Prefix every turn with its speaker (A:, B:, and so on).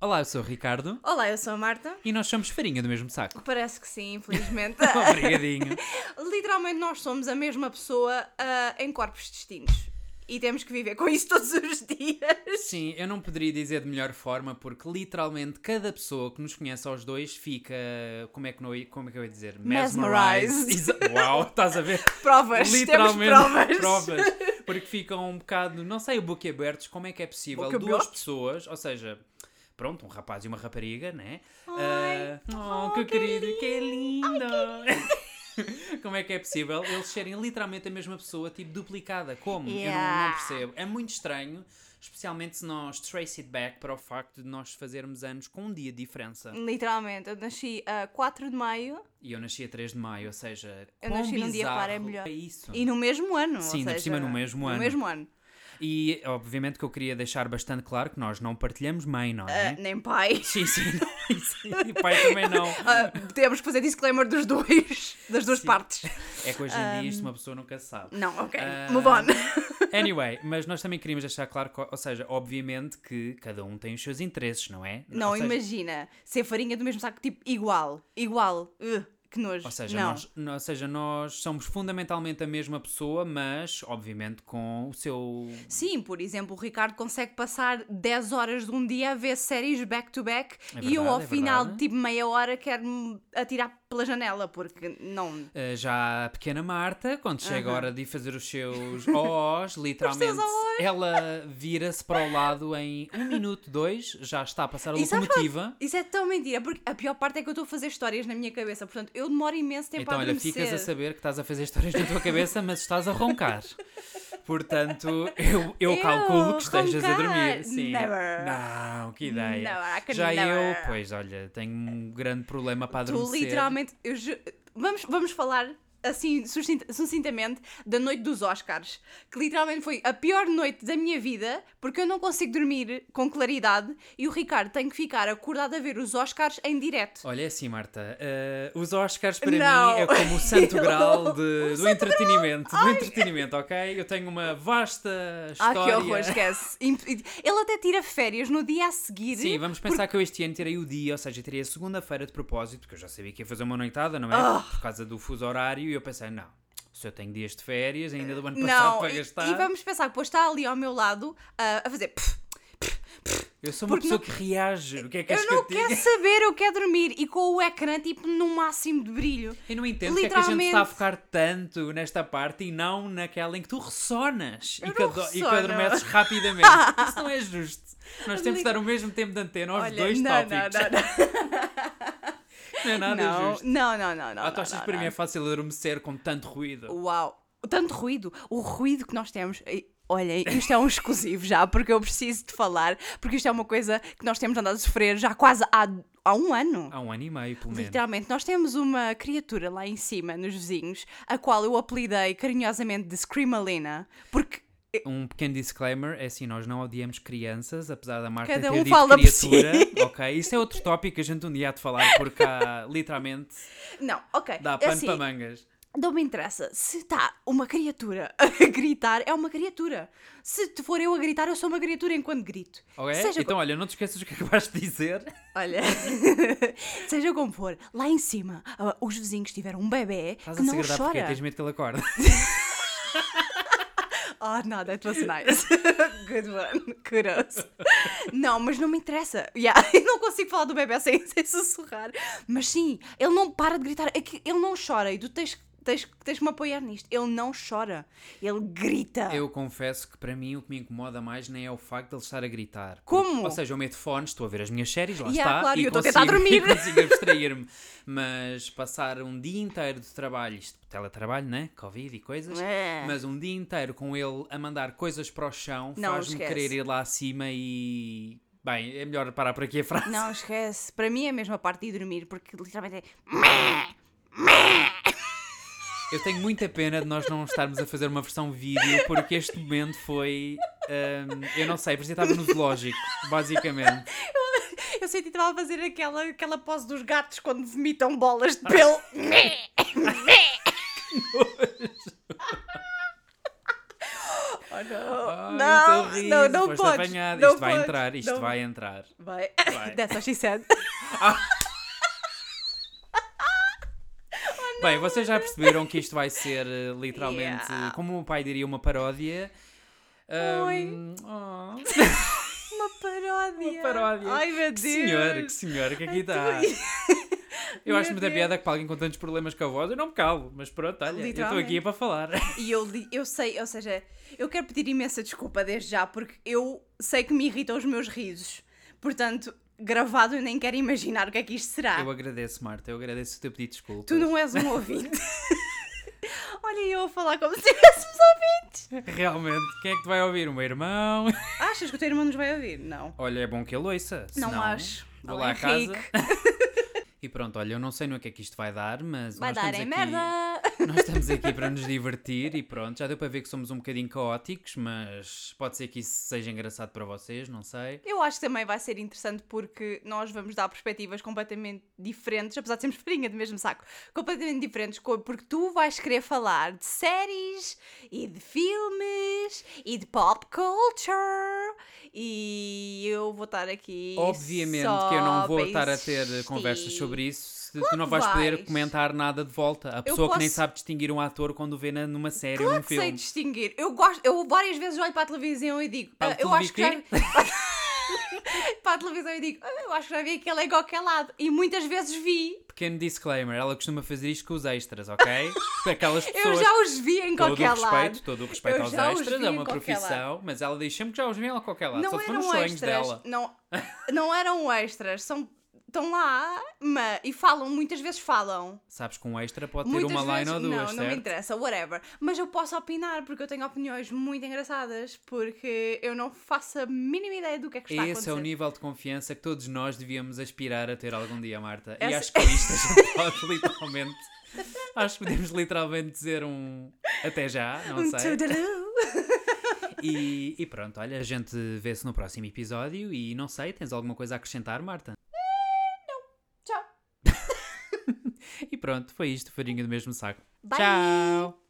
A: Olá, eu sou o Ricardo
B: Olá, eu sou a Marta.
A: e nós somos farinha do mesmo saco.
B: Parece que sim, infelizmente.
A: Obrigadinho.
B: Literalmente, nós somos a mesma pessoa ah, em corpos distintos. E temos que viver com isso todos os dias.
A: Sim, eu não poderia dizer de melhor forma porque literalmente cada pessoa que nos conhece aos dois fica. Como é que, não, como é que eu ia dizer?
B: Mesmerized.
A: Exa- Uau, estás a ver?
B: Provas,
A: literalmente
B: temos provas.
A: Porque ficam um bocado, não sei, boquiabertos, como é que é possível duas
B: Boquiabertos?
A: pessoas, ou seja, pronto, um rapaz e uma rapariga, né?
B: Ai,
A: Ah, oh,
B: oh,
A: que querido,
B: querido.
A: que lindo! Como é que é possível eles serem literalmente a mesma pessoa, tipo duplicada? Como? Eu não- não,
B: Yeah.
A: percebo. É muito estranho, especialmente se nós trace it back para o facto de nós fazermos anos com um dia de diferença.
B: Literalmente, eu nasci a 4 de maio
A: E eu nasci a 3 de maio, ou seja,
B: Eu
A: quão
B: nasci num dia par, é
A: bizarro
B: melhor.
A: É isso.
B: e no mesmo ano.
A: Sim,
B: ou
A: ainda por
B: seja,
A: cima no mesmo ano.
B: No mesmo ano.
A: E obviamente que eu queria deixar bastante claro que nós não partilhamos mãe, não
B: Ah,
A: é?
B: nem pai.
A: Sim, sim, não, sim. E pai também não.
B: Ah, temos que fazer disclaimer dos dois. Das duas
A: Sim.
B: partes.
A: É que hoje em
B: Ah.
A: dia isto uma pessoa nunca sabe.
B: Não, ok.
A: Ah.
B: Move on.
A: Anyway, mas nós também queríamos deixar claro, que, ou seja, obviamente que cada um tem os seus interesses, não é?
B: Não,
A: ou seja,
B: imagina. Ser farinha do mesmo saco, tipo, igual. Igual. Ugh, que nojo.
A: Ou seja,
B: não.
A: Nós, não- ou seja, nós somos fundamentalmente a mesma pessoa, mas obviamente com o seu.
B: Sim, por exemplo, o Ricardo consegue passar 10 horas de um dia a ver séries back-to-back
A: É
B: e eu,
A: verdade,
B: ao
A: é
B: final de
A: verdade.
B: tipo meia hora, quero-me atirar pela janela, porque não.
A: eh, já a pequena Marta, quando chega a hora de ir fazer os seus OOs, literalmente
B: OOs.
A: ela vira-se para o lado em um minuto, dois, já está a passar a
B: E sabes
A: locomotiva.
B: Isso é tão mentira, porque a pior parte é que eu estou a fazer histórias na minha cabeça, portanto eu demoro imenso tempo
A: Então,
B: a
A: olha,
B: adormecer.
A: ficas a saber que estás a fazer histórias na tua cabeça, mas estás a roncar. Portanto, eu, eu,
B: Eu,
A: calculo que estejas a dormir.
B: roncar?
A: Sim.
B: Never.
A: Não, que ideia.
B: Never, I can
A: Já eu,
B: never.
A: pois, olha, tenho um grande problema para
B: Tu
A: adormecer.
B: literalmente. eu ju- vamos, vamos falar assim sucinta- sucintamente da noite dos Oscars, que literalmente foi a pior noite da minha vida, porque eu não consigo dormir com claridade e o Ricardo tem que ficar acordado a ver os Oscars em direto.
A: Olha, é assim, Marta, eh, os Oscars para
B: Não.
A: mim é como o santo
B: Eu-
A: grau de- do entretenimento, do entretenimento, ok? Eu tenho uma vasta
B: Ah,
A: história.
B: que horror, esquece. Imp- Ele até tira férias no dia a seguir.
A: Sim, vamos pensar que eu este ano tirei o dia, ou seja, tirei a segunda-feira de propósito, porque eu já sabia que ia fazer uma noitada, não é?
B: Ah!
A: Por causa do fuso horário, e eu pensei, não, se eu tenho dias de férias, ainda do ano passado
B: Não,
A: para
B: e,
A: gastar,
B: e vamos pensar que depois está ali ao meu lado ah, a fazer. "Pff,
A: eu sou uma
B: porque
A: pessoa
B: não-
A: que reage, o que é que és
B: eu não
A: que eu
B: quero
A: diga?
B: saber, eu quero dormir. E com o ecrã, tipo, no máximo de brilho.
A: Eu não entendo porque é que a gente
B: Literalmente.
A: está a focar tanto nesta parte e não naquela em que tu ressonas e
B: Eu
A: que,
B: não
A: ado- e que
B: ressono.
A: adormeces rapidamente. Isso não é justo. Nós temos de dar o mesmo tempo de antena aos
B: Olha,
A: dois
B: não, não,
A: tópicos. Não,
B: não, não.
A: é nada
B: não,
A: justo.
B: Não, não, não, não.
A: Ah, tu
B: não,
A: achas
B: não,
A: que para mim
B: não.
A: é fácil adormecer com tanto ruído?
B: Uau! Tanto ruído! O ruído que nós temos. Ei, Olhem, isto é um exclusivo já, porque eu preciso de falar, porque isto é uma coisa que nós temos andado a sofrer já quase há, há um ano.
A: Há um ano e meio, pelo menos.
B: Literalmente, nós temos uma criatura lá em cima, nos vizinhos, a qual eu apelidei carinhosamente de Screamalina, porque eh,
A: um pequeno disclaimer, é assim, nós não odiamos crianças, apesar da Marta
B: Cada
A: ter
B: um
A: dito
B: fala por si.
A: criatura, ok? Isso é outro tópico que a gente um dia há de falar, porque há, literalmente,
B: Não, ok.
A: dá pano
B: assim,
A: para mangas.
B: não me interessa. Se está uma criatura a gritar, é uma criatura. Se te for eu a gritar, eu sou uma criatura enquanto grito.
A: Ok?
B: Seja
A: então, olha, não te esqueças o que acabaste de dizer.
B: Olha, seja como for, lá em cima, ah, os vizinhos tiveram um bebê
A: Estás
B: que
A: a
B: não
A: segredar porque
B: chora.
A: tens medo que ele acorde.
B: Oh, no, that was nice. Good one. Kudos. Não, mas não me interessa. Yeah, eu não consigo falar do bebê sem, sem sussurrar. Mas sim, ele não para de gritar. É que ele não chora e tu tens, tens, tens que me apoiar nisto. Ele não chora. Ele grita.
A: Eu confesso que para mim o que me incomoda mais nem é o facto de ele estar a gritar.
B: Como?
A: Ou seja, eu meto fones, estou a ver as minhas séries, lá
B: Yeah,
A: está.
B: claro,
A: e
B: e eu estou a
A: consigo-
B: tentar dormir.
A: e consigo abstrair-me. Mas passar um dia inteiro de trabalho, isto teletrabalho, né? Covid e coisas.
B: É.
A: Mas um dia inteiro com ele a mandar coisas para o chão
B: Não,
A: faz-me
B: esquece.
A: querer ir lá acima e. Bem, é melhor parar por aqui a frase.
B: Não, esquece. Para mim é a mesma parte de dormir, porque literalmente é.
A: Eu tenho muita pena de nós não estarmos a fazer uma versão vídeo, porque este momento foi. hum, eu não sei, parecia que estava no zoológico, basicamente.
B: Eu senti que estava a fazer aquela, aquela pose dos gatos quando vomitam bolas de pelo. oh,
A: Ai,
B: não, não,
A: então ris,
B: não, não
A: foste
B: podes.
A: apanhada.
B: não
A: isto vai
B: podes,
A: entrar, isto
B: não-
A: vai entrar.
B: Vai.
A: Vai.
B: That's what she said.
A: Bem, vocês já perceberam que isto vai ser eh, literalmente,
B: Yeah.
A: como o meu pai diria, uma paródia.
B: Oi.
A: Ahm, oh,
B: Uma paródia.
A: Uma paródia.
B: Ai, meu
A: que
B: Deus.
A: senhor, que senhor, que aqui está. Eu acho muita
B: Meu Deus.
A: piada que para alguém com tantos problemas com a voz, eu não me calo, mas pronto, olha, eu estou aqui
B: Literalmente.
A: para falar.
B: E eu, li- eu sei, ou seja, eu quero pedir imensa desculpa desde já, porque eu sei que me irritam os meus risos. Portanto, gravado eu nem quero imaginar o que é que isto será.
A: Eu agradeço, Marta, eu agradeço o teu pedido de desculpa.
B: Tu não és um ouvinte. Olha eu a falar como se tivéssemos ouvintes.
A: Realmente, quem é que te vai ouvir? O meu irmão?
B: Achas que o teu irmão nos vai ouvir? Não.
A: Olha, é bom que ele ouça.
B: Não
A: senão
B: acho.
A: Vou
B: Oh,
A: lá à casa.
B: Henrique.
A: E pronto, olha, eu não sei no que é que isto vai dar, mas
B: Vai
A: nós
B: dar em
A: estamos aqui...
B: merda.
A: Nós estamos aqui para nos divertir e pronto, já deu para ver que somos um bocadinho caóticos, mas pode ser que isso seja engraçado para vocês, não sei.
B: Eu acho que também vai ser interessante porque nós vamos dar perspectivas completamente diferentes, apesar de sermos farinha do mesmo saco, completamente diferentes, co- porque tu vais querer falar de séries e de filmes e de pop culture e eu vou estar aqui.
A: Obviamente
B: só
A: que eu não vou
B: para
A: estar a ter
B: insistir.
A: conversas sobre isso, se tu
B: Claro
A: não
B: que
A: vais poder
B: vais.
A: comentar nada de volta. A pessoa que nem
B: posso-
A: sabe distinguir um ator quando vê na- numa série ou num
B: Claro é que sei
A: filme.
B: distinguir. Eu gosto, eu várias vezes olho para a televisão e digo,
A: Para
B: "Ah, eu
A: o
B: acho que já para a televisão e digo, "Ah, eu acho que já vi aquele em qualquer lado e muitas vezes vi.
A: Pequeno disclaimer, ela costuma fazer isto com os extras, ok? Para aquelas
B: Eu
A: pessoas.
B: já os vi em
A: Todo o
B: qualquer
A: respeito,
B: lado.
A: todo o respeito
B: Eu
A: aos
B: já os
A: extras,
B: vi
A: é
B: em
A: uma
B: qualquer
A: profissão, mas ela diz sempre que já os vê a qualquer lado, só
B: Não
A: se for nos
B: eram
A: sonhos
B: extras.
A: dela.
B: Não, não eram extras. São, estão lá ma- e falam, muitas vezes falam.
A: Sabes que um extra pode ter
B: Muitas
A: uma
B: vezes,
A: line ou duas,
B: não,
A: certo?
B: não me interessa, whatever. Mas eu posso opinar porque eu tenho opiniões muito engraçadas porque eu não faço a mínima ideia do que é que está a
A: Esse
B: acontecer.
A: é o nível de confiança que todos nós devíamos aspirar a ter algum dia, Marta. E
B: Essa-
A: acho que com isto a gente pode literalmente. Acho que podemos literalmente dizer um até já, não
B: Um
A: sei.
B: toodaloo.
A: E, e pronto, olha, a gente vê-se no próximo episódio e não sei, tens alguma coisa a acrescentar, Marta?
B: Tchau.
A: E pronto, foi isto, farinha do mesmo saco.
B: Bye.
A: Tchau!